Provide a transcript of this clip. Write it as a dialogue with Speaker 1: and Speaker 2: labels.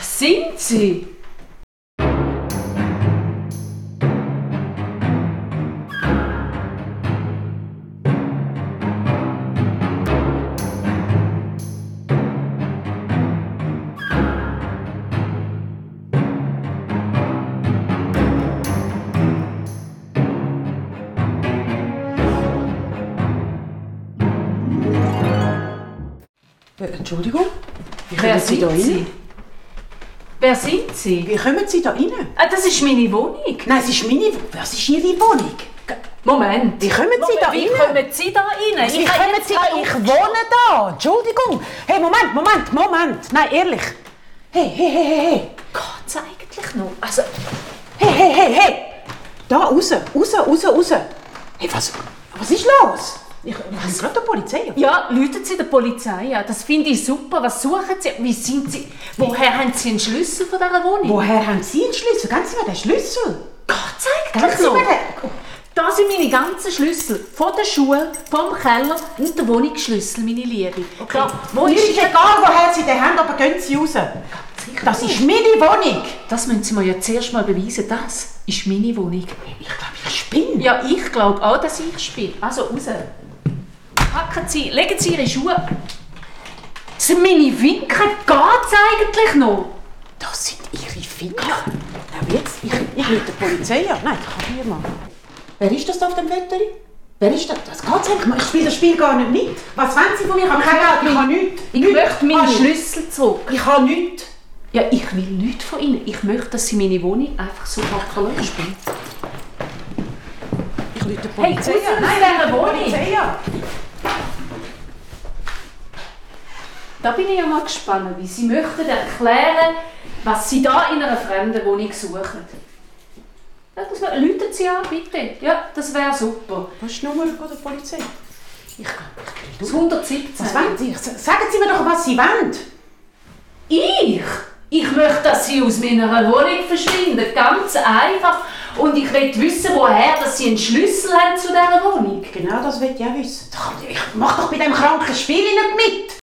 Speaker 1: sind sie?
Speaker 2: Äh, Entschuldigung, wie
Speaker 1: Wer
Speaker 2: kommen Sie da
Speaker 1: sind sie?
Speaker 2: rein?
Speaker 1: Wer sind sie?
Speaker 2: Wie kommen Sie da rein?
Speaker 1: Ah, das ist meine Wohnung.
Speaker 2: Nein, es ist meine... Was ist Ihre Wohnung? G-
Speaker 1: Moment.
Speaker 2: Wie kommen Sie
Speaker 1: Moment,
Speaker 2: da
Speaker 1: Wie
Speaker 2: rein?
Speaker 1: kommen Sie da rein?
Speaker 2: Wie
Speaker 1: habe
Speaker 2: kommen
Speaker 1: jetzt
Speaker 2: Sie da
Speaker 1: keine-
Speaker 2: Ich wohne da! Entschuldigung! Hey, Moment, Moment, Moment! Nein, ehrlich! Hey, hey, hey, hey, hey!
Speaker 1: Geht's eigentlich noch? Also,
Speaker 2: Hey, hey, hey, hey! Da, raus, raus, raus, raus! Hey, was... Was ist los? Ich, ich bin gerade der Polizei.
Speaker 1: ja, läuten Sie der Polizei an. Das finde ich super. Was suchen Sie? Wie sind Sie? Woher haben Sie einen Schlüssel von dieser Wohnung?
Speaker 2: Woher haben Sie einen Schlüssel? Geben Sie mir den Schlüssel!
Speaker 1: Geht's
Speaker 2: Geben
Speaker 1: eigentlich
Speaker 2: Sie
Speaker 1: noch?
Speaker 2: mir den... Oh,
Speaker 1: Da sind meine ganzen Schlüssel. Von der Schule, vom Keller und der Wohnungsschlüssel, meine Liebe. Da, wo
Speaker 2: Mir
Speaker 1: ist
Speaker 2: ist
Speaker 1: der?
Speaker 2: egal, woher Sie den haben, aber gehen Sie raus! Das ist meine Wohnung!
Speaker 1: Das müssen Sie mir ja zuerst mal beweisen. Das ist meine Wohnung.
Speaker 2: Ich glaube, ich spinne.
Speaker 1: Ja, ich glaube auch, dass ich spiele. Also raus. Packen Sie, legen Sie Ihre Schuhe. Sind meine Winkel geht's eigentlich noch?
Speaker 2: Das sind ihre Finger. Ja. Aber jetzt, ich, ich mit der Polizei ja. Nein, ich kann hier machen. Wer ist das da auf dem Wetteri? Wer ist das? Das geht's eigentlich. Ich spiele das Spiel gar nicht mit. Was wollen Sie von mir? Ich habe kein Geld. Ich habe nichts.
Speaker 1: Ich
Speaker 2: Nichts.
Speaker 1: möchte meine
Speaker 2: Ah, nichts.
Speaker 1: Schlüssel zurück.
Speaker 2: Ich habe nichts.
Speaker 1: Ja, ich will nichts von Ihnen. Ich möchte, dass Sie meine Wohnung einfach so verlassen.
Speaker 2: Ich lüte der
Speaker 1: Hey, raus aus
Speaker 2: Polizei an.
Speaker 1: dieser Wohnung!
Speaker 2: Polizei an.
Speaker 1: Da bin ich ja mal gespannt, wie Sie möchten erklären, was Sie da in einer fremden Wohnung suchen. Ja, das wär- Läuten Sie an, bitte. Ja, das wäre super.
Speaker 2: Was ist die Nummer von der Polizei? Ich glaube, ich kriege
Speaker 1: Das
Speaker 2: durch.
Speaker 1: 117.
Speaker 2: Was wollen Sie? Ich- Sagen Sie mir doch, was Sie wollen.
Speaker 1: Ich? Ich möchte, dass Sie aus meiner Wohnung verschwinden. Ganz einfach. Und ich will wissen, woher dass Sie einen Schlüssel haben zu dieser Wohnung.
Speaker 2: Genau das will ich auch wissen. Doch, Ich mach doch bei diesem kranken Spiel nicht mit.